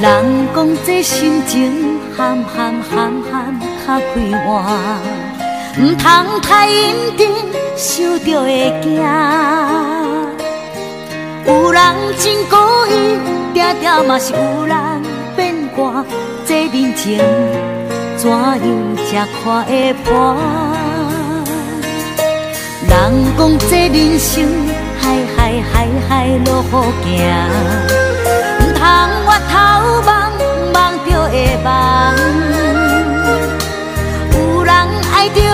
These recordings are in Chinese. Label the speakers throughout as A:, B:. A: 人讲这心情含含含含较快活，毋通太认真，受着会惊。有人真故意，定定嘛是有人变卦，这人情怎样才看会破？人讲这人生，海海海海路好行。唔通我头梦梦着会梦，有人爱着阮，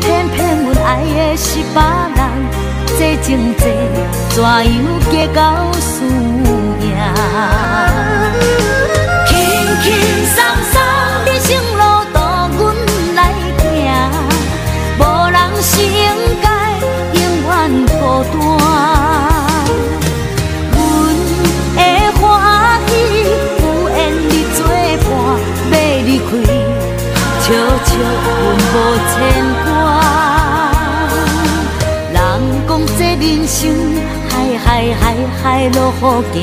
A: 偏偏阮爱的是别人，这情债怎样结到输赢？轻轻松松，人生路途阮来行，无人是应该永远孤单。阮的欢喜，有缘你作伴，要离开，笑笑阮无牵挂。人讲这人生，海海海海路好行，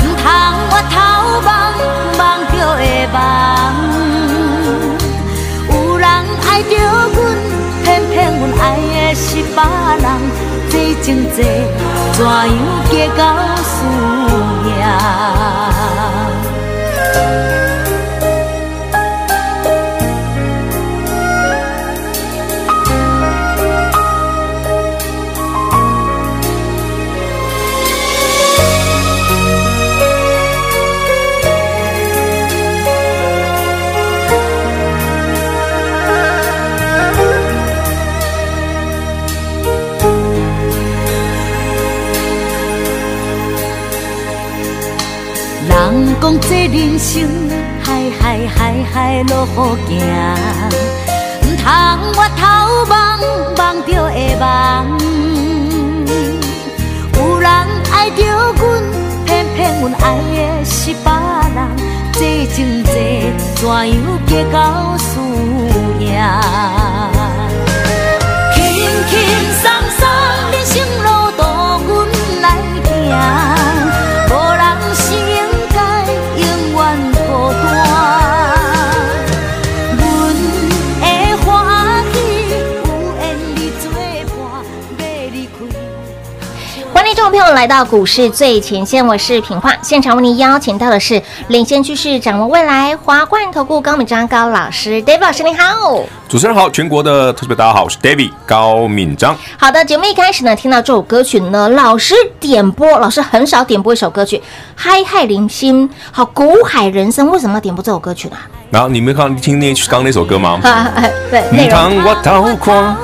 A: 毋通我头梦梦着会梦。有人爱着阮，偏偏阮爱的是别人，这情债怎样结到输赢？人讲这人生，海海海海路好行，毋通我头梦梦着会梦。有人爱着阮，偏偏阮爱的是别人，这情债怎样结到输赢？轻轻松松，人生路途阮来行，无人是应该永远孤单。阮的欢喜，有缘你作伴，要离开。
B: 欢迎听众朋友来到股市最前线，我是品化，现场为您邀请到的是领先趋势、掌握未来华冠投顾高敏章高老师，David 老师你好。
C: 主持人好，全国的特别大家好，我是 David 高敏章。
B: 好的，节目一开始呢，听到这首歌曲呢，老师点播，老师很少点播一首歌曲，《嗨嗨零星》，好，股海人生，为什么要点播这首歌曲呢？
C: 然后你们看听那刚刚那首歌吗？
B: 啊，哎对，内
C: 唔
B: 容
C: 通我头看，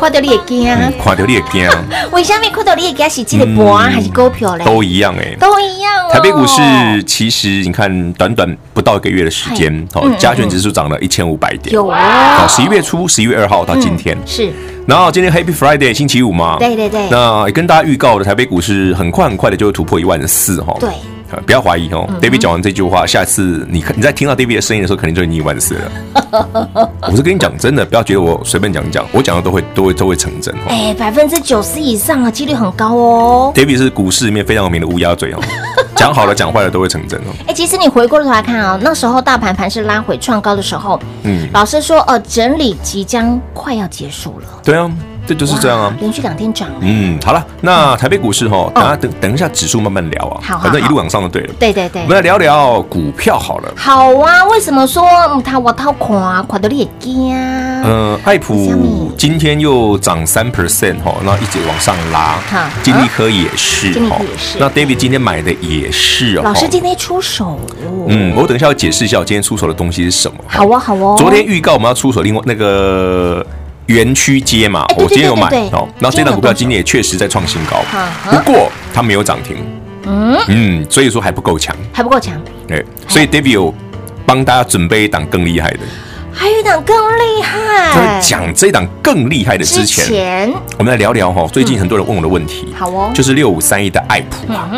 B: 看到你也惊，
C: 嗯，看到你也惊，
B: 为什么看到你也惊？是这个盘
C: 嗯
B: 啊还是股票嘞？
C: 都一样哎、
B: 都一样哦。
C: 台北股市其实你看，短短不到一个月的时间，哦，加权指数涨了一千五百点。
B: 嗯有
C: 好，
B: 哦，
C: 十一月初，十一月二号到今天，
B: 是
C: 然后今天 Happy Friday 星期五嘛，
B: 对对对
C: 那也跟大家预告的，台北股市很快很快的就会突破一万四哈，
B: 对
C: 呃。不要怀疑哦、
B: 嗯
C: d a v i d 讲完这句话，下次你看你在听到 David 的声音的时候，肯定就已经一万四了。 我是跟你讲真的，不要觉得我随便讲一讲，我讲的都会都会都会成真哦。
B: 哎，百分之九十以上啊，几率很高哦。
C: David 是股市里面非常有名的乌鸦嘴 哦，讲好了讲坏了都会成真哦。
B: 哎，其实你回过头来看啊，那时候大盘盘是拉回创高的时候，
C: 嗯，
B: 老师说，呃，整理即将快要结束了。
C: 对啊，这就是这样啊
B: 哇。连续两天涨，
C: 嗯，好了，那台北股市哈，等下等等一下指数慢慢聊啊，
B: 好好
C: 反正一路往上就对了。
B: 对对对
C: 我们，来聊聊股票好了。
B: 好啊。为什么说嗯，他我套款啊，款到你也惊啊？
C: 呃，爱
B: 虾米
C: 普今天又涨三 percent 哈，那一直往上拉
B: 好。
C: 金利科也是
B: 金利科
C: 齁
B: 也是
C: 那 David 今天买的也是哦。
B: 老师
C: 齁
B: 今天出手，
C: 嗯，我等一下要解释一下我今天出手的东西是什么。
B: 好哦好哦。
C: 昨天预告我们要出手另外那个园区街嘛
B: 哎，对
C: 我今天有买
B: 对对对对
C: 哦。那这
B: 今天有
C: 档股
B: 动
C: 票
B: 手
C: 今天也确实在创新高
B: 好，
C: 不过它没有涨停。嗯所以说还不够强，
B: 还不够强，
C: 哎，所以 David 有帮大家准备一档更厉害的。
B: 还有一档更厉
C: 在
B: 害。
C: 讲这档更厉害的之前，我们来聊聊哈，最近很多人问我的问题，
B: 好哦
C: 就是六五三一的爱普啊，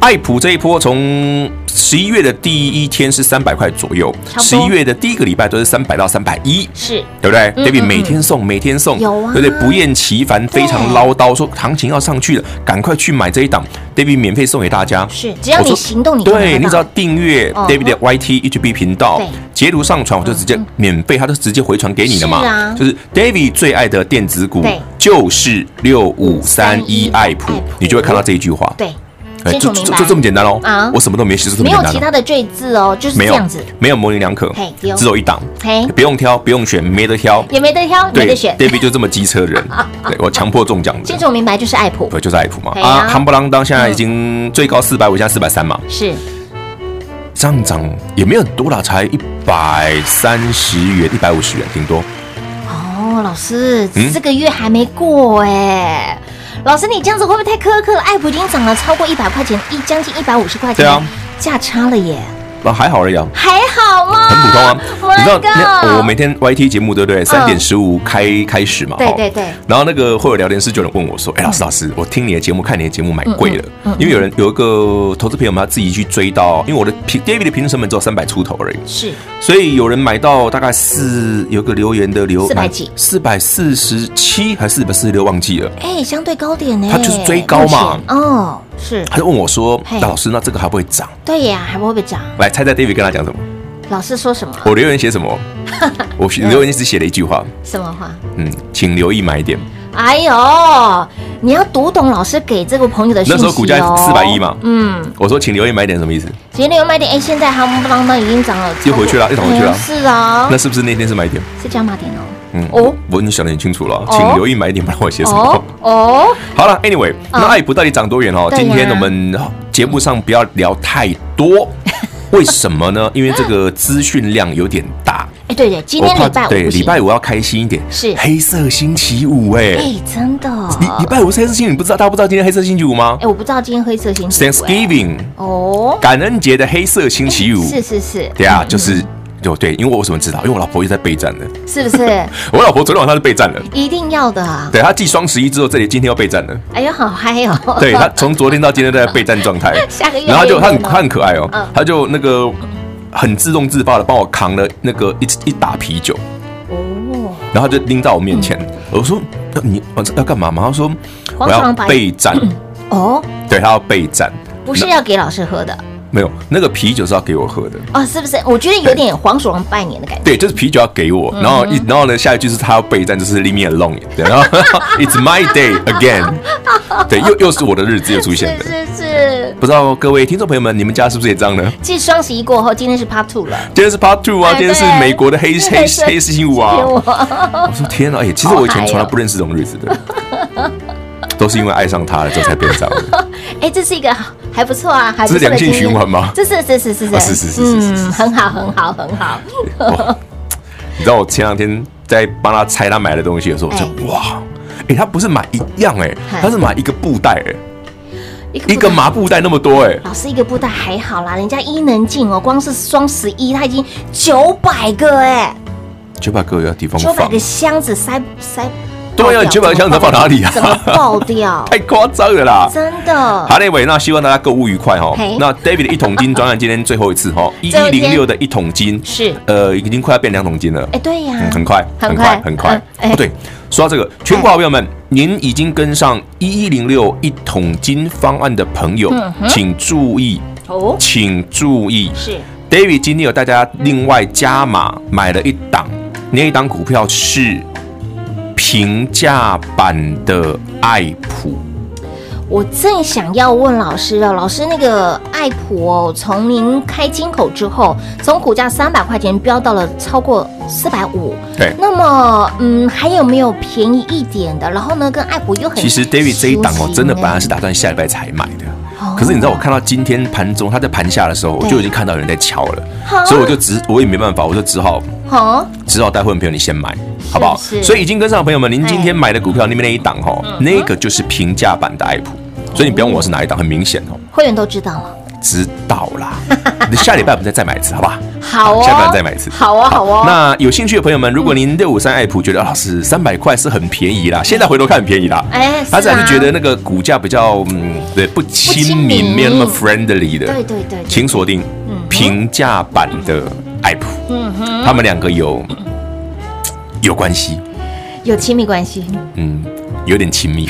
C: 爱普这一波从十一月的第一天是三百块左右，
B: 差不
C: 十
B: 多
C: 一月的第一个礼拜都是三百到三百一。
B: 是
C: 对不对
B: 嗯
C: ？David
B: 嗯
C: 每天送，每天送，
B: 有啊
C: 对不对？不厌其烦，非常唠叨，说行情要上去了，赶快去买这一档，David 免费送给大家。
B: 是，只要
C: 我
B: 你
C: 说
B: 行动，你就拿
C: 对，
B: 得
C: 你只
B: 到
C: 要订阅
B: 嗯
C: David 的 YT HB 频道
B: 对，嗯
C: 截图上传，我就直接免费，他都直接回传给你了
B: 是啊
C: 嘛。就是 David 最爱的电子股
B: 对
C: 就是六五三一爱
B: 爱
C: 普
B: 普，
C: 你就会看到这一句话。
B: 对，
C: 哎，
B: 清
C: 就
B: 楚
C: 就
B: 明
C: 就
B: 白，
C: 就这么简单喽
B: 啊。
C: 我什么都没写，就这么
B: 没
C: 简
B: 有
C: 单
B: 其
C: 咯
B: 他的赘字哦，就是
C: 没
B: 这
C: 有
B: 样子，
C: 没有模棱两可
B: 嘿对哦，
C: 只有一档
B: 嘿，
C: 不用挑，不用选，没得挑。
B: 也没得挑，没
C: 对
B: 得选，
C: ，David 就这么机车 人，对我强迫中奖的
B: 清，楚明白就是爱普，
C: 对，就是爱普嘛。
B: 嘿啊
C: 啊，夯不啷当，现在已经最高四百五，现在四百三嘛。
B: 是
C: 这样涨也没有很多啦，才一百三十元、一百五十元，顶多。
B: 哦，老师
C: 嗯
B: 这个月还没过哎。老师，你这样子会不会太苛刻了？爱普已经涨了超过一百块钱，一将近一百五十块钱，
C: 对啊
B: 价差了耶，
C: 那还好而已啊，
B: 还好吗？
C: 很普通 啊。
B: My
C: 你知道
B: God
C: 那我每天 YT 节目对不对？三点十五开开始嘛，
B: 嗯对
C: 哦
B: 对对。
C: 然后那个会有聊天室就有人问我说：“哎，老师老师，我听你的节目，看你的节目买贵了，
B: 嗯
C: 嗯因为有人有一个投资朋友们他自己去追到，因为我的平 David 的平均成本只有三百出头而已，
B: 是
C: 所以有人买到大概四有个留言的留
B: 400几
C: 四百四十七还是四百四十六忘记了。”
B: 哎，相对高点呢，
C: 它就是追高嘛
B: 目前哦，是
C: 他就问我说：“
B: 嘿
C: 那老师，那这个还不会涨
B: 对呀，还会不会涨？？”
C: 来，猜猜 David 跟他讲什么？
B: 老师说什么？
C: 我留言写 什么？我留言只写了一句话：“
B: 什么话？
C: 嗯，请留意买点。
B: 哎呦，你要读懂老师给这个朋友的讯息、哦、
C: 那时候股价410嘛
B: 嗯，”
C: 我说：“请留意买点什么意思？
B: 其实你有卖点，哎，现在他们不啷当已经涨了，
C: 又回去了又涨回去了
B: 哎是啊，
C: 那是不是那天是买点？”
B: 是加码点哦，
C: 嗯，
B: 哦
C: 我我已经想得很清楚了，
B: 哦
C: 请留意买点，不然我写什
B: 哦
C: 么？
B: 哦，
C: 好了，Anyway，那爱普到底涨多远哦？
B: 对呀
C: 今天我们节目上不要聊太 多，为什么呢？因为这个资讯量有点大，
B: 哎，对对，今
C: 我
B: 天
C: 哦
B: 礼拜五
C: 怕对
B: 不行
C: 礼拜五要开心一点，
B: 是
C: 黑色星期五哎、
B: 哎，真的，
C: 你礼拜五是黑色星期五，你不知道大家不知道今天黑色星期五吗
B: 哎，我不知道今天黑色星期五哎
C: ？Thanksgiving
B: 哦，
C: 感恩节的黑色星期五，
B: 是是是，
C: 对啊，就是就对，因为我为什么知道？因为我老婆又在备战了，
B: 是不是
C: 我老婆昨天晚上就备战了，
B: 一定要的啊？
C: 对她继双十一之后，这里今天要备战了，
B: 哎呦，好嗨哦，，
C: 对她从昨天到今天都在备战状态
B: 下个月
C: 然后就她
B: 可以
C: 很
B: 吗
C: 她很可爱哦
B: 嗯，
C: 她就那个很自动自发的帮我扛了那个一一打啤酒，
B: 哦，
C: 然后就拎到我面前，
B: 嗯
C: 我说呃你呃要干嘛吗？她说
B: 黄
C: 我
B: 鼠
C: 要
B: 狼白
C: 备 战，
B: 哦，
C: 对她要备战，
B: 不是要给老师喝的
C: 没有那个啤酒是要给我喝的。
B: 哦，是不是？我觉得有点黄鼠狼拜年的感觉。
C: 对，就是啤酒要给我，然后一，
B: 嗯
C: 然后呢，下一句是他要备战，就是 Leave me alone，对然后 It's my day again，对，又又是我的日子又出现了。
B: 是是是，
C: 不知道各位听众朋友们，你们家是不是也这样呢？
B: 继双十一过后，今天是 Part Two 了。
C: 今天是 Part Two 啊，
B: 哎
C: 今天是
B: 对
C: 美国 的黑
B: 对
C: 黑
B: 对
C: 黑星期五啊！我
B: 我
C: 说天啊，哎，其实我以前从来不认识这种日 子的，都是因为爱上他了之后才变这样的。
B: 哎，这是一个还不错啊，还不错的
C: 这是良性
B: 经历
C: 循环吗
B: 这是是是是
C: 啊是是是是是是
B: 嗯，很好很好很好。
C: 哇你知道我前两天在帮他拆他买的东西的时候，我
B: 哎
C: 就哇，哎，他不是买一样哎
B: 嗨，
C: 他是买一个布袋哎，
B: 一个
C: 一个
B: 布袋
C: 麻布袋那么多哎。
B: 老师一个布袋还好啦，人家伊能静哦，光是双十一他已经九百个哎，
C: 九百个有地方
B: 九百
C: 放
B: 个，箱子塞塞。
C: 对
B: 爆掉
C: 啊你900个箱子放哪里啊
B: 怎么爆掉？
C: 太夸张了 啦！
B: 真的，
C: 好嘞，伟，那希望大家购物愉快哈
B: 嘿。
C: 那 David 的一桶金转眼今天最后一次 哈，一一
B: 最后一
C: 零
B: 天
C: 六的一桶金
B: 是
C: 呃，已经快要变两桶金了。
B: 哎，对呀
C: 嗯，，很快，
B: 很
C: 很
B: 快
C: 快，很
B: 嗯
C: 快。
B: 哎嗯
C: 哦，对，说到这个，全国好朋友们，您已经跟上一一零六一桶金方案的朋友，
B: 嗯
C: 请注意，
B: 哦，
C: 请注意，
B: 是
C: David 今天有大家另外加码买了一档，那一档股票是平价版的爱普，
B: 我正想要问老师哦，老师那个爱普哦，从您开金口之后，从股价三百块钱飙到了超过四百五，
C: 对。
B: 那么嗯，还有没有便宜一点的？然后呢，跟爱普又很
C: 其实 David 这一档哦，真的本来是打算下礼拜才买的，可是你知道我看到今天盘中他在盘下的时候，我就已经看到有人在敲了
B: 哈，
C: 所以我就只我也没办法，我就只好
B: 好
C: 只好带会员朋友你先买，好不好？
B: 是哎
C: 所以已经跟上的朋友们，您今天买的股票那边那一档哦，那个就是平价版的爱普，所以你不用问我是哪一档，很明显哦，
B: 会员都知道了。
C: 知道啦。 你下礼拜我们再再买一次，好不好？
B: 好哦，
C: 下礼拜再买一次。
B: 好哦，好哦。
C: 那有兴趣的朋友们，如果您六五三爱普觉得啊老师三百块是很便宜啦，现在回头看很便宜啦，
B: 哎
C: 他
B: 是
C: 是还
B: 啊
C: 是觉得那个股价比较嗯，对，不亲
B: 不亲民
C: 民，没有那么 friendly
B: 啊对嗯
C: 的，
B: 对对，对
C: 请锁定平价版的爱普，
B: 嗯
C: 他们两个有有关系，
B: 有亲密关系，
C: 嗯，有点 亲密。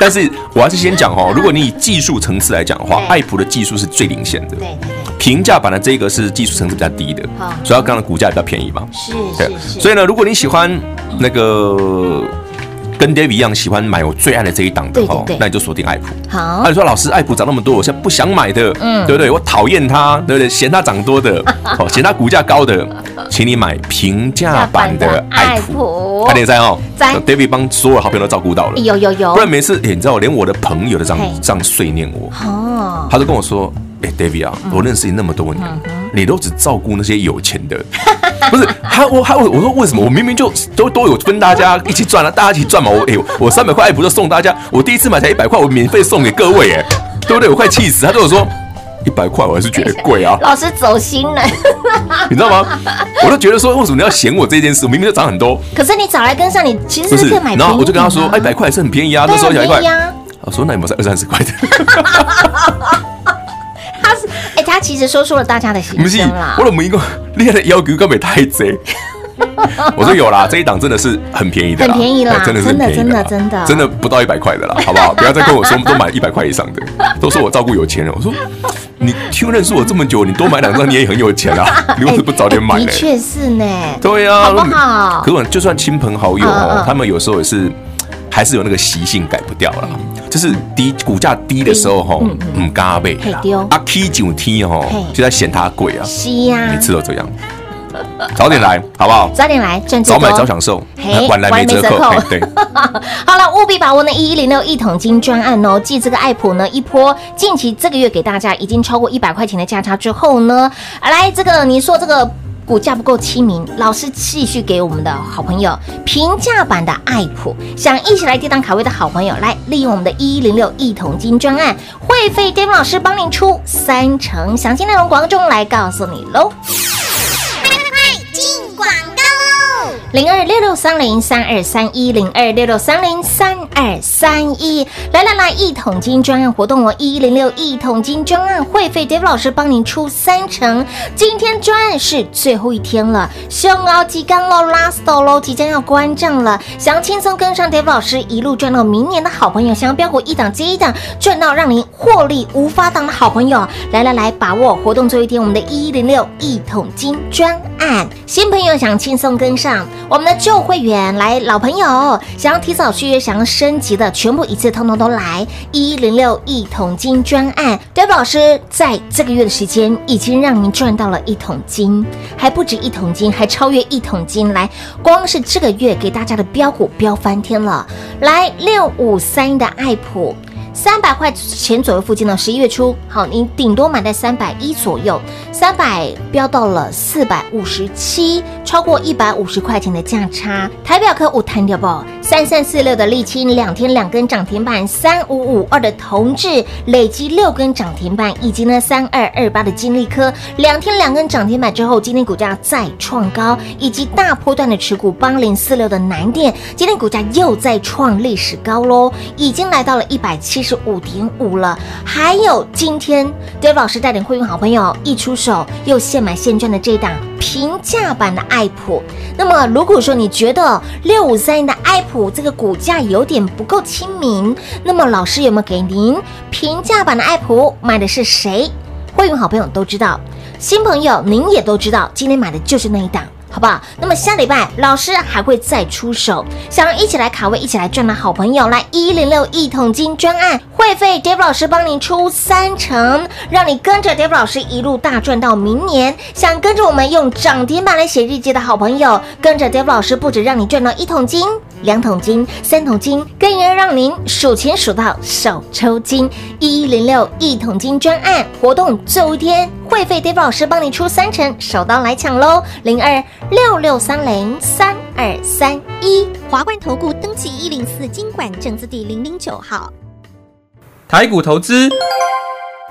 C: 但是我还是先讲哦，如果你以技术层次来讲的话，
B: 对
C: 爱普的技术是最领先的，
B: 对对对，
C: 平价版的这个是技术层次比较低的
B: 好，
C: 所以它刚刚股价比较便宜嘛。对
B: 是是，是。
C: 所
B: 以
C: 以呢，如果你喜欢那个跟 David 一样喜欢买我最爱的这一档的
B: 对对
C: 哦
B: 对，
C: 那你就锁定爱普。
B: 好
C: 啊那，你说老师，爱普涨那么多，我现在不想买的，
B: 嗯
C: 对不对？我讨厌它，对不对？嫌它涨多 的，哦，嫌它股价高 的，请你买平价版的爱普。
B: 普
C: 快点在哦，
B: 在
C: David 帮所有好朋友都照顾到了，
B: 有有有
C: 不，然每次、哎你知道，我连我的朋友都这
B: 嘿
C: 样这样碎念我，
B: 哦，嗯
C: 他就跟我说：“哎、d a v i d 啊，我认识你那么多年，你都只照顾那些有钱的， 不是？他我他我我说为什么？我明明就都都有分大家一起赚了、大家一起赚嘛。我哎、我三百块爱普就送大家，我第一次买才一百块，我免费送给各位、哎，对不对？我快气死！他跟我说一百块，我还是觉得贵 啊，
B: 老师走心了。
C: 你知道吗？我都觉得说为什么你要嫌我这件事？我明明就涨很多，
B: 可是你早来跟上，你其实
C: 不
B: 是
C: 是
B: 可以买便宜一点？的
C: 然
B: 啊
C: 后我就跟他说，哎，一百块是很便宜啊，那
B: 对
C: 时候
B: 啊，
C: 一
B: 便
C: 百块
B: 宜。”啊。
C: 我说那有没有二三十块的？
B: 他是哎，他其实说出了大家的心
C: 不是
B: 声啦，
C: 我。的 门工厉害的要求根本太 贼。我说有啦，这一档真的是很便宜的啦，
B: 很便宜啦
C: 哎真的是很便宜
B: 真的
C: 啦
B: 真的真的
C: 真的不到一百块的啦，好不好？不要再跟我说都买一百块以上的， 都说我照顾有钱人。我说你听认识我这么久，你多买两张你也很有钱 啊，你为什么不早点买
B: 哎
C: 呢
B: 的？确是呢，
C: 对呀、啊，
B: 好不好
C: 可我就算亲朋好友
B: 嗯
C: 哦
B: 嗯，
C: 他们有时候也是还是有那个习性改不掉啦。就是低股价低的时候吼，嗯唔加倍
B: 嗯嘿对哦
C: 啊，K 九天哦
B: 嘿，
C: 就在嫌它贵啊，
B: 是呀
C: 每，次都这样。早点来，好不好？
B: 早点来赚最
C: 早
B: 多
C: 买早享受
B: 嘿，
C: 晚来没折扣。
B: 晚来
C: 嘿
B: 没折扣
C: 对，
B: 好了，务必把握呢一一零六一桶金专案哦。继这个爱普呢一波，近期这个月给大家已经超过一百块钱的价差之后呢，来这个你说这个。股价不够亲民，老师继续给我们的好朋友平价版的爱普，想一起来跌宕卡位的好朋友，来利用我们的一一零六一桶金专案，会费 d a v 老师帮您出三成，详细内容广告中来告诉你喽。零二六六三零三二三一零二六六三零三二三一，来来来，一桶金专案活动哦，一零六一桶金专案会费，Dave 老师帮您出三成。今天专案是最后一天了，胸凹鸡肝喽，last 喽，即将要关账了。想要轻松跟上 Dave 老师一路赚到明年的好朋友，想要标股一档接一档赚到让您获利无法挡的好朋友，来来来，把握活动最后一天，我们的一一零六一桶金专案，新朋友想轻松跟上，我们的旧会员来，老朋友想要提早续约、想要升级的，全部一次通通都来一零六一桶金专案。d a v 老师在这个月的时间已经让您赚到了一桶金，还不止一桶金，还超越一桶金。来，光是这个月给大家的标股标翻天了，来六五三的爱普。三百块钱左右附近呢，十一月初，好，你顶多买在三百一左右，三百飙到了四百五十七，超过一百五十块钱的价差。台表科五谈掉不？三三四六的沥青，两天两根涨停板，三五五二的同志累积六根涨停板，以及呢三二二八的金利科，两天两根涨停板之后，今天股价再创高，以及大波段的持股八零四六的南电，今天股价又再创历史高喽，已经来到了一百七十五点五了。还有今天 d a v 老师带领会员好朋友一出手又现买现赚的这一档平价版的爱普。那么如果说你觉得六五三的爱普这个股价有点不够亲民，那么老师有没有给您平价版的爱普买的是谁？会员好朋友都知道，新朋友您也都知道，今天买的就是那一档好不好？那么下礼拜老师还会再出手，想要一起来卡位、一起来赚的好朋友，来一零六一桶金专案会费，Dave 老师帮您出三成，让你跟着 Dave 老师一路大赚到明年。想跟着我们用涨停板来写日记的好朋友，跟着 Dave 老师不止让你赚到一桶金、两桶金、三桶金，更要让您数钱数到手抽筋。一零六一桶金专案活动最后一天，会费 Dave 老师帮你出三成，手刀来抢喽！零二六六三零三二三一。
D: 华冠投顾登记一零四经管证字第零零九号。
E: 台股投资，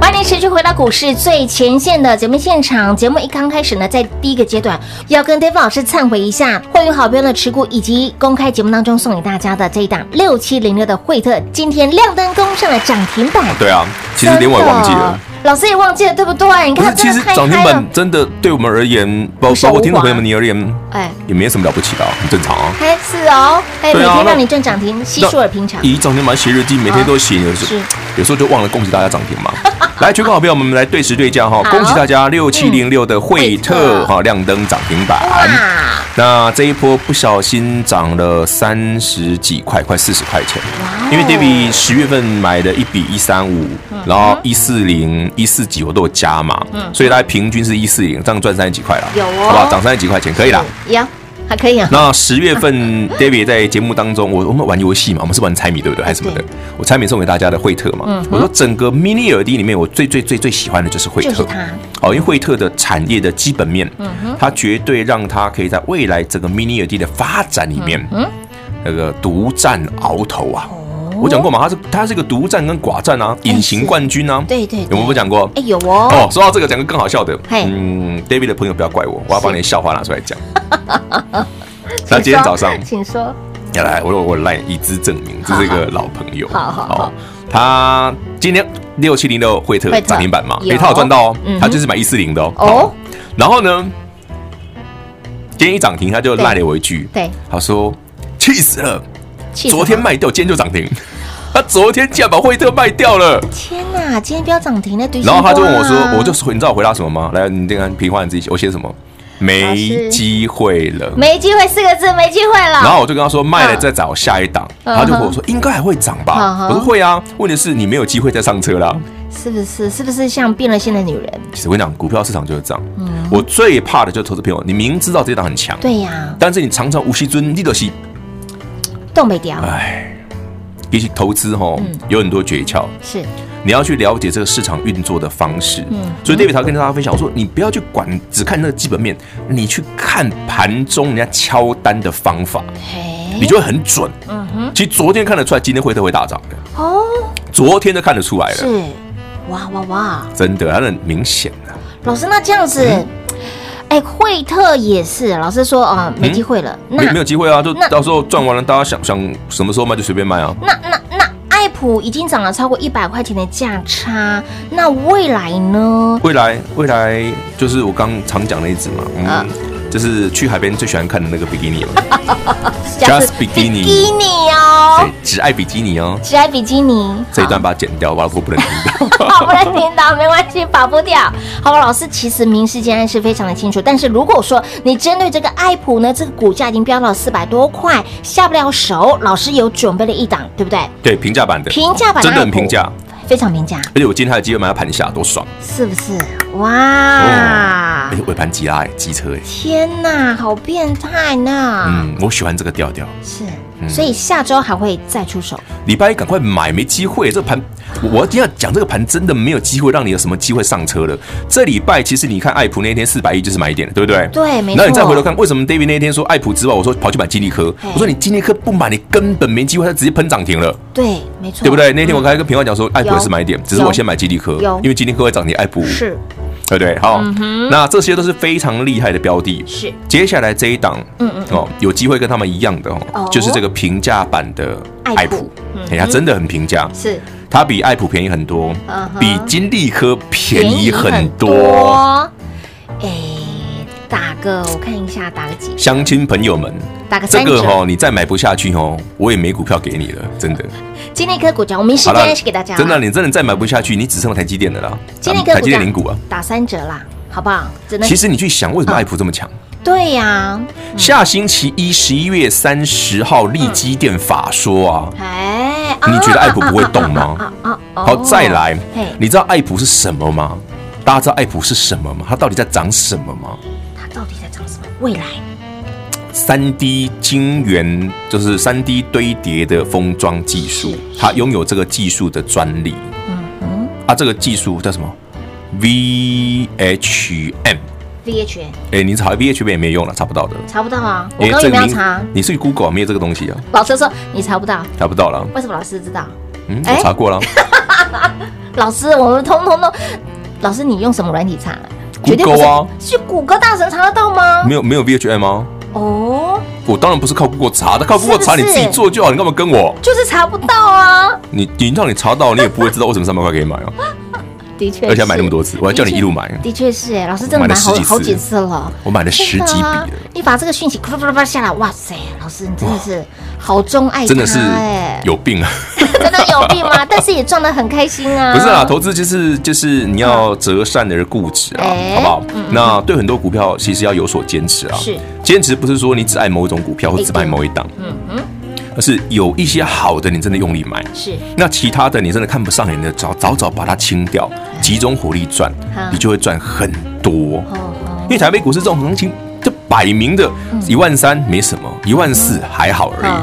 B: 欢迎您持续回到股市最前线的节目现场。节目一刚开始呢，在第一个阶段要跟 Dave 老师忏悔一下会员好朋友的持股，以及公开节目当中送给大家的这一档六七零六的惠特，今天亮灯攻上了涨停板。
C: 对啊，其实连我也忘记
B: 真
C: 了
B: 的。，老师也忘记了，对不对？你
C: 不是，
B: 看，
C: 其
B: 真
C: 实
B: 的太
C: 涨停
B: 嗨了
C: 板，真的对我们而言，包
B: 不是
C: 包括听
B: 无
C: 众朋友
B: 关
C: 们你而言，
B: 哎，
C: 也没什么了不起的啊，很正常啊。
B: 还是哦，哎，每
C: 对啊
B: 天
C: 那
B: 让你赚涨停，稀疏而平常。
C: 以涨停板写日记，每天都写，有时
B: 啊是
C: 有时候就忘了恭喜大家涨停嘛。 来，全国好朋友们，我们来对时对价哈，
B: 好
C: 恭喜大家六七零六的惠
B: 惠特
C: 特哈亮灯涨停板。
B: 哇，
C: 那这一波不小心涨了三十几块，快四十块钱。因为 David 十月份买的一比一三五，
B: 嗯
C: 然后一四零、一四几我都有加嘛，所以大概平均是一四零，这样赚三十几块了，
B: 有哦
C: 好不好？涨三十几块钱可以啦。
B: 呀，还可以啊。
C: 那十月份 David 在节目当中，我我们玩游戏嘛，我们是玩猜谜对不对，还是什么的？我猜谜送给大家的惠特
B: 嗯
C: 嘛，我说整个 Mini LED 里面，我最最最最喜欢的就是惠
B: 就是
C: 特
B: 它，
C: 哦，因为惠特的产业的基本面，
B: 嗯
C: 它绝对让它可以在未来整个 Mini LED 的发展里面，
B: 嗯
C: 那个独占鳌头啊。
B: 哦
C: 我讲过嘛，它是它是一个独占跟寡占啊，隐形冠军啊，
B: 哎对对对
C: 有没有讲过？
B: 哎，有哦，
C: 哦，说到这个，讲个更好笑的。
B: 嘿
C: 嗯，David 的朋友不要怪我，我要把你的笑话拿出 来讲。
B: 请
C: 那今
B: 说
C: 天早上，
B: 请说，
C: 要来，我我来以资证明，这是一个老朋友。
B: 好好好
C: 哦，他今天六七零六惠特
B: 惠特
C: 涨停板嘛，
B: 有
C: 诶，他有赚到哦
B: 嗯哼，
C: 他就是买一四零的哦。
B: 哦
C: 好，然后呢，今天一涨停，他就
B: 对
C: 赖了我一句，
B: 对，
C: 他说气死了，
B: 气死
C: 昨天
B: 了
C: 卖掉，今天就涨停。 他昨天竟然把惠特卖掉了，
B: 天哪，今天不要涨停那对。啊
C: 然后他就问我说，我就说你知道我回答什么吗？来，你这个平话你自己写，我写什么？
B: 老
C: 没
B: 师
C: 机会了。
B: 没机会四个字，没机会了。
C: 然后我就跟他说卖了再找下一档，
B: 嗯
C: 他就跟我说应该还会涨
B: 嗯
C: 吧
B: 哼？嗯
C: 我说会啊，问题是你没有机会再上车啦。
B: 是不是？是不是像变了心的女人？
C: 其实我跟你讲，股票市场就是这样。
B: 嗯
C: 我最怕的就是投资朋友，你明知道这档很强，
B: 对呀、
C: 但是你常常无息尊，你都是
B: 东北调
C: 哎。比起投资吼，
B: 嗯
C: 有很多诀窍，
B: 是
C: 你要去了解这个市场运作的方式。
B: 嗯
C: 所以 David 他跟大家分享，我说你不要去管，只看那个基本面，你去看盘中人家敲单的方法，
B: 哎嘿
C: 你就会很准。
B: 嗯
C: 其实昨天看得出来，今天会都会大涨的。
B: 哦，
C: 昨天就看得出来了，
B: 是哇哇哇！
C: 真的，它很明显啊的、
B: 老师，那这样子，
C: 嗯
B: 哎、惠特也是，老师说啊、呃没机会了。
C: 嗯没没
B: 那
C: 有机会啊，就
B: 那
C: 到时候赚完了，大家想想什么时候卖就随便卖啊。
B: 那那那，爱普已经涨了超过一百块钱的价差，那未来呢？
C: 未来未来就是我刚常讲那一只嘛，
B: 啊
C: 嗯，就是去海边最喜欢看的那个比基尼嘛，
B: 假设
C: Just bikini
B: 比基尼 哦
C: 对，，只爱比基尼哦。
B: 只爱比基尼。
C: 这一段把它剪掉，把它不能 听到。
B: 好，不能听到，没关系，跑不掉。好，老师其实明示间暗示非常的清楚，但是如果说你针对这个爱普呢，这个股价已经飙到四百多块，下不了手，老师有准备了一档，对不对？
C: 对，平价版的，
B: 平价版的
C: 真的
B: 爱
C: 很
B: 普
C: 平价，
B: 非常平价，
C: 而且我今天还有机会买它盘下，多爽！
B: 是不是？哇，
C: 而且尾盘急拉哎，机车哎，
B: 天哪，好变态呢！
C: 嗯嗯，我喜欢这个调调，
B: 是所以下周还会再出手。
C: 礼拜一赶快买，没机会。这盘我我要今天要讲这个盘真的没有机会让你有什么机会上车了。这礼拜其实你看爱普那天四百亿就是买点了，对不对？
B: 对没错
C: 那你再回头看，为什么 David 那天说爱普之外，我说跑去买金利科
B: 嘿，
C: 我说你金利科不买，你根本没机会，它直接喷涨停了，
B: 对，没错，
C: 对不对？那天我还跟平花讲说，爱普
B: 有
C: 也是买点，只是
B: 有
C: 我先买金利科
B: 有，
C: 因为金利科会涨停，爱普
B: 是嗯
C: 对不对？好，那这些都是非常厉害的标的。
B: 是，
C: 接下来这一档，嗯嗯，哦，有机会跟他们一样的
B: 哦
C: 哦，就是这个平价版的
B: 爱
C: 爱
B: 普嗯
C: 普，哎，它真的很平价，
B: 是
C: 它比爱普便宜很多
B: 嗯哼，
C: 比金利科便宜很
B: 便宜很
C: 多。
B: 哎，打个我看一下，打个几？
C: 乡亲朋友们，
B: 打个
C: 这
B: 啊三
C: 个
B: 折。嗯
C: 哦，你再买不下去哦，我也没股票给你了，真的。
B: 今天一颗股价，我们时
C: 好
B: 间
C: 啦
B: 开始给大家啦，啊
C: 真的，你真的再买不下去，你只剩台积电的啦。
B: 今天一颗
C: 台
B: 股
C: 积
B: 价
C: 电零股啊。
B: 打三折啦，好不好？只能
C: 其实你去想，
B: 嗯
C: 为什么爱普这么强？
B: 对呀，
C: 下星期一，十一月三十号，利
B: 嗯
C: 基电法说啊，
B: 哎，
C: 你觉得
B: 啊
C: 爱普不会动吗？
B: 啊啊啊
C: 好，再来
B: 嘿，
C: 你知道爱普是什么吗？大家知道爱普是什么吗？它到底在涨什么吗？
B: 它到底在涨什么？未来
C: 三 D 晶圆就是三 D 堆叠的封装技术，它拥有这个技术的专利。嗯啊，这个技术叫什么？VHM。
B: VH
C: 哎，你查 VHM 也没用了，查不到的。
B: 查不到啊，我刚刚有
C: 这
B: 没
C: 个
B: 有
C: 名
B: 查？
C: 你是 Google 啊没有这个东西啊，
B: 老师说你查不到，
C: 查不到了。
B: 为什么老师知道？
C: 嗯，
B: 哎
C: 我查过了。
B: 老师，我们通通都，老师你用什么软体查？绝对不
C: Google 啊
B: 是，是谷歌大神查得到吗？
C: 没有没有 VHM 啊，
B: 哦，
C: 我当然不是靠 Google 查的，靠 Google 查
B: 是
C: 你
B: 不是
C: 自己做就好，你干嘛跟我？
B: 就是查不到啊，
C: 你你让你查到，你也不会知道为什么三百块可以买哦，
B: 的确，
C: 而且还买那么多，次，我还叫你一路买，
B: 的确是哎，老师真的
C: 我买
B: 买
C: 了
B: 好
C: 十几次
B: 好几次了。
C: 我买了十几
B: 真
C: 笔
B: 的啊
C: 了，
B: 你把这个讯息啪啪啪啪下来，哇塞，老师你真的是好钟爱
C: 真的是
B: 他哎
C: 有病啊！
B: 真的有病吗？ 但是也赚得很开心啊。
C: 不是啦，投资就是就是你要择善而固执啊
B: 嗯哎，
C: 好不好？那对很多股票其实要有所坚持啊，
B: 是
C: 坚持不是说你只爱某一种股票或者只买某一档，嗯嗯，而是有一些好的你真的用力买，
B: 是
C: 那其他的你真的看不上眼的，早早早把它清掉，集中火力赚
B: 好，
C: 你就会赚很多。
B: 嗯哦哦，
C: 因为台北股市这种行情，这摆明的，一万三没什么，一万四还好
B: 嗯
C: 而已，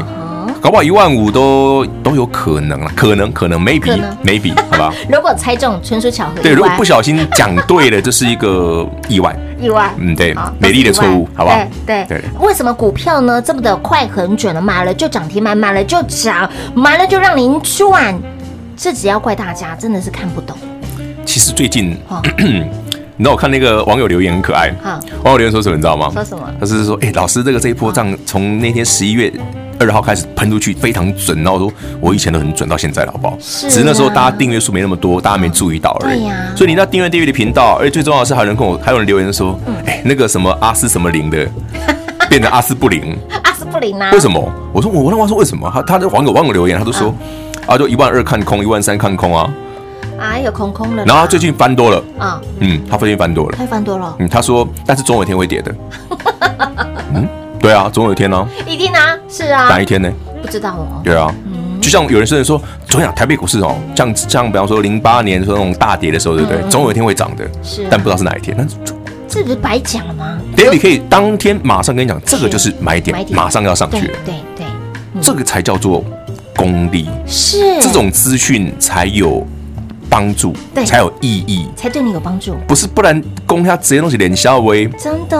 B: 哼
C: 搞不好一万五都都有可能啊，可能可能
B: 可
C: maybe
B: 能
C: maybe 好吧？
B: 如果猜中，纯属巧合。
C: 对，
B: 意
C: 如果
B: 外
C: 不小心讲对了，这是一个意外。
B: 意外，
C: 嗯，对
B: 好，
C: 美丽的错误
B: 意外，哎
C: 好不好？
B: 对对
C: 对，
B: 为什么股票呢这么的快很准了？买了就涨停板，买了就涨，买了就让您赚。这只要怪大家真的是看不懂
C: 其实最近
B: 哦，
C: 你知道我看那个网友留言很可爱
B: 嗯，
C: 网友留言说什么你知道吗？
B: 说什么
C: 他是说，哎，老师这个这一波
B: 啊
C: 涨从那天十一月。二号开始喷出去非常准，然后我说我以前都很准，到现在了，好不好？
B: 是啊
C: 只是那时候大家订阅数没那么多，大家没注意到而已。
B: 对呀
C: 所以你到订阅订阅的频道，而且最重要的是还有人跟我还有人留言说，
B: 嗯
C: 哎、那个什么阿斯什么零 的，变成阿斯不灵，
B: 阿斯布林啊，
C: 为什么？我说我我那我说为什么？他他的网友网友留言，他都
B: 嗯
C: 说啊，就一万二看空，一万三看空啊。
B: 啊，有空空了啦。
C: 然后他最近翻多了，
B: 啊，
C: 嗯，他最近翻多了，
B: 太翻多了，
C: 嗯，他说但是总有一天会跌的。嗯，对啊，总有一天呢、
B: 一定啊，是啊
C: 哪，一天呢？
B: 不知道哦。
C: 对啊，就像有人甚至说，总想台北股市哦，像像比方说零八年说那种大跌的时候，对不对？总有一天会涨的，
B: 嗯是啊
C: 但不知道是哪一天。但是
B: 这不是白讲了吗？
C: David 可以当天马上跟你讲，这个就是买点
B: 买，点
C: 马上要上
B: 对嗯
C: 去了，
B: 对对，
C: 这个才叫做功力。
B: 嗯是
C: 这种资讯才有帮助
B: 对，
C: 才有意义。
B: 才对你有帮助，
C: 不是，不然攻下这些东西连消微，
B: 真的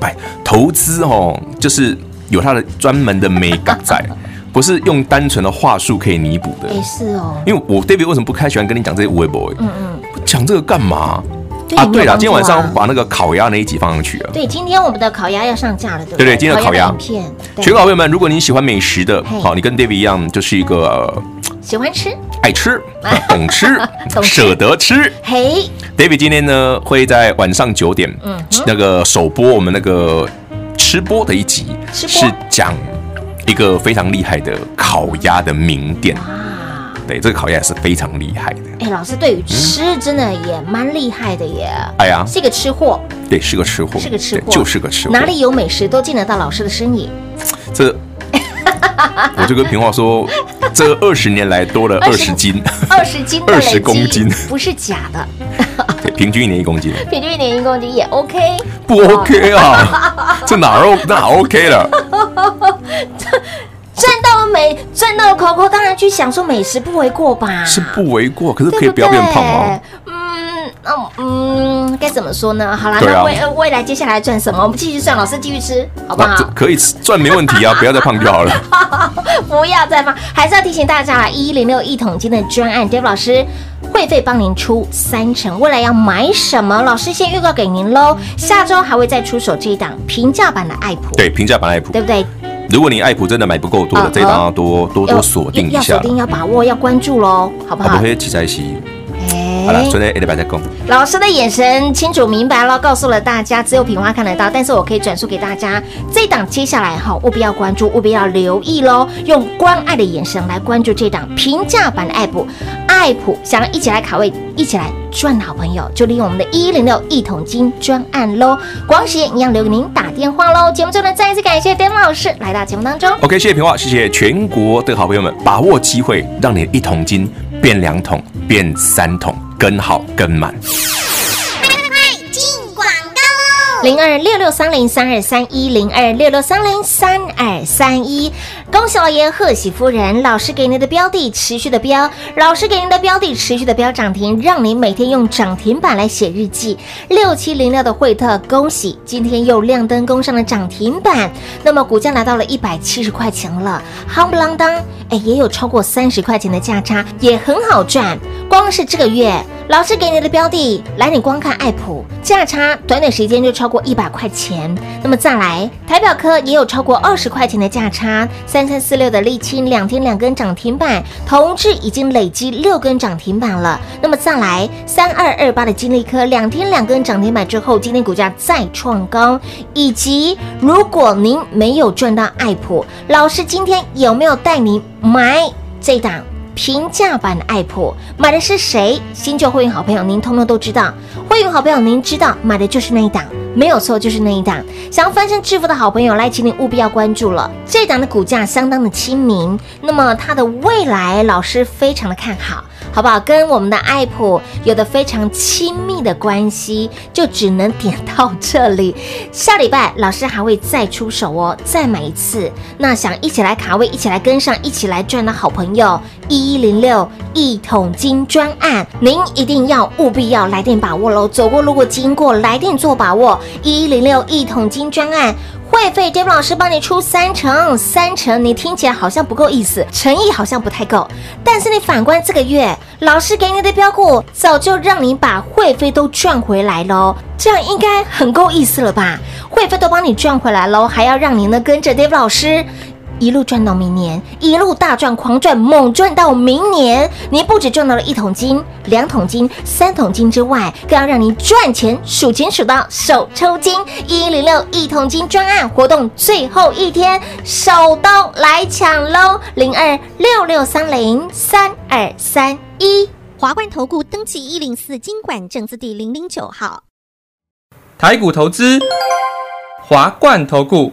C: 哎，投资哦，就是有它的专门的美感 在，不是用单纯的话术可以弥补的。
B: 哎是哦，
C: 因为我 David 为什么不开喜欢跟你讲这些微博？嗯嗯，讲这个干嘛？
B: 对你有帮助
C: 对
B: 啊
C: 了，今天晚上把那个烤鸭那一集放上去啊。
B: 对，今天我们的烤鸭要上架了，对不
C: 对对今天的烤鸭
B: 的影片，对
C: 全国好朋友们，如果你喜欢美食的，
B: 嘿
C: 好，你跟 David 一样，就是一个呃
B: 喜欢吃，
C: 爱 吃、懂吃
B: 懂、吃
C: 舍得吃。
B: 嘿，
C: David 今天呢会在晚上九点，嗯，那个首播我们那个吃播的一集，
B: 吃播
C: 是讲一个非常厉害的烤鸭的名店。
B: 啊，
C: 对，这个烤鸭也是非常厉害的。
B: 哎，老师对于吃真的也蛮厉害的耶，
C: 哎呀，
B: 是个吃货，
C: 对，是个吃货，
B: 是个吃货，
C: 对就是个吃货。
B: 哪里有美食都见得到老师的身 影，
C: 这？我就跟平话说，这二十年来多了二
B: 20
C: 十 斤，
B: 二十斤的累积
C: 20公斤
B: 不是假的，
C: 对，平均一年 一公斤，
B: 平均一点一公斤也 OK，
C: 不 OK 啊？这哪儿 O 哪儿 OK 了？
B: 赚到了哎，赚到口口当然去享受美食，不为过吧？
C: 是不为过，可是
B: 对
C: 可以不要变胖哦吗？？
B: 对嗯，哦，嗯，该怎么说呢？好啦，
C: 对啊
B: 那未呃未来接下来赚什么？我们继续算，老师继续吃，好不
C: 那这
B: 好？
C: 可以吃赚没问题啊，不要再胖就好了。
B: 不要再放，还是要提醒大家啦，啊一零六一桶金的专案，Dave 老师会费帮您出三成，未来要买什么，老师先预告给您喽。下周还会再出手这一档平价版的爱普，
C: 对，平价版爱普，
B: 对不对？
C: 如果你爱普真的买不够多
B: 嗯
C: 的，这一档要多多多锁定
B: 要
C: 一
B: 要锁
C: 下。
B: 定要把握，要关注喽，好不
C: 啊，
B: 好
C: 不？会起在洗。
B: 哎
C: 好了，昨天一礼拜再讲。
B: 老师的眼神清楚明白了，告诉了大家，只有品花看得到，但是我可以转述给大家。这档接下来哈，务必要关注，务必要留意喽，用关爱的眼神来关注这档平价版的爱普，爱普想要一起来卡位，一起来赚的好朋友，就利用我们的一零六一桶金专案喽。广喜一样留给您打电话喽。节目最后呢，再一次感谢 d a 老师来到节目当中。
C: OK，谢谢平话，谢谢全国的好朋友们，把握机会，让你的一桶金变两桶，变三桶，跟好跟满。
F: 进广告喽！
B: 零二六六三零三二三一零二六六三零三二三一。恭喜老爷，贺喜夫人，老师给您的标的持续的标，老师给您的标的持续的标涨停，让您每天用涨停板来写日记。六七零六的惠特，恭喜今天又亮灯攻上了涨停板，那么股价来到了一百七十块钱了，夯不啷当，哎，也有超过三十块钱的价差，也很好赚。光是这个月，老师给你的标的，来你光看爱普价差，短短时间就超过一百块钱。那么再来，台表科也有超过二十块钱的价差，三三四六的沥青两天两根涨停板，同志已经累积六根涨停板了。那么再来，三二二八的金利科两天两根涨停板之后，今天股价再创高，以及如果您没有赚到爱普，老师今天有没有带您买这档？平价版的爱普，买的是谁？新旧会员好朋友，您通通都知道。会员好朋友，您知道买的就是那一档，没有错，就是那一档。想要翻身致富的好朋友，来，请你务必要关注了。这档的股价相当的亲民，那么它的未来，老师非常的看好。好不好？跟我们的爱普有的非常亲密的关系，就只能点到这里。下礼拜老师还会再出手哦，再买一次。那想一起来卡位、一起来跟上、一起来赚的好朋友，一一零六一桶金专案，您一定要务必要来电把握喽！走过路过经过，来电做把握，一一零六一桶金专案。会费 d a v 老师帮你出三成，三成你听起来好像不够意思，诚意好像不太够。但是你反观这个月，老师给你的标股早就让你把会费都赚回来喽，这样应该很够意思了吧？会费都帮你赚回来喽，还要让你呢跟着 d a v 老师。一路赚到明年，一路大赚、狂赚、猛赚到明年。您不止赚到了一桶金、两桶金、三桶金之外，更要让您赚钱、数钱数到手抽筋。一零六一桶金专案活动最后一天，手刀来抢喽！零二六六三零三二三一。
D: 华冠投顾登记一零四经管证字第零零九号。
E: 台股投资，华冠投顾。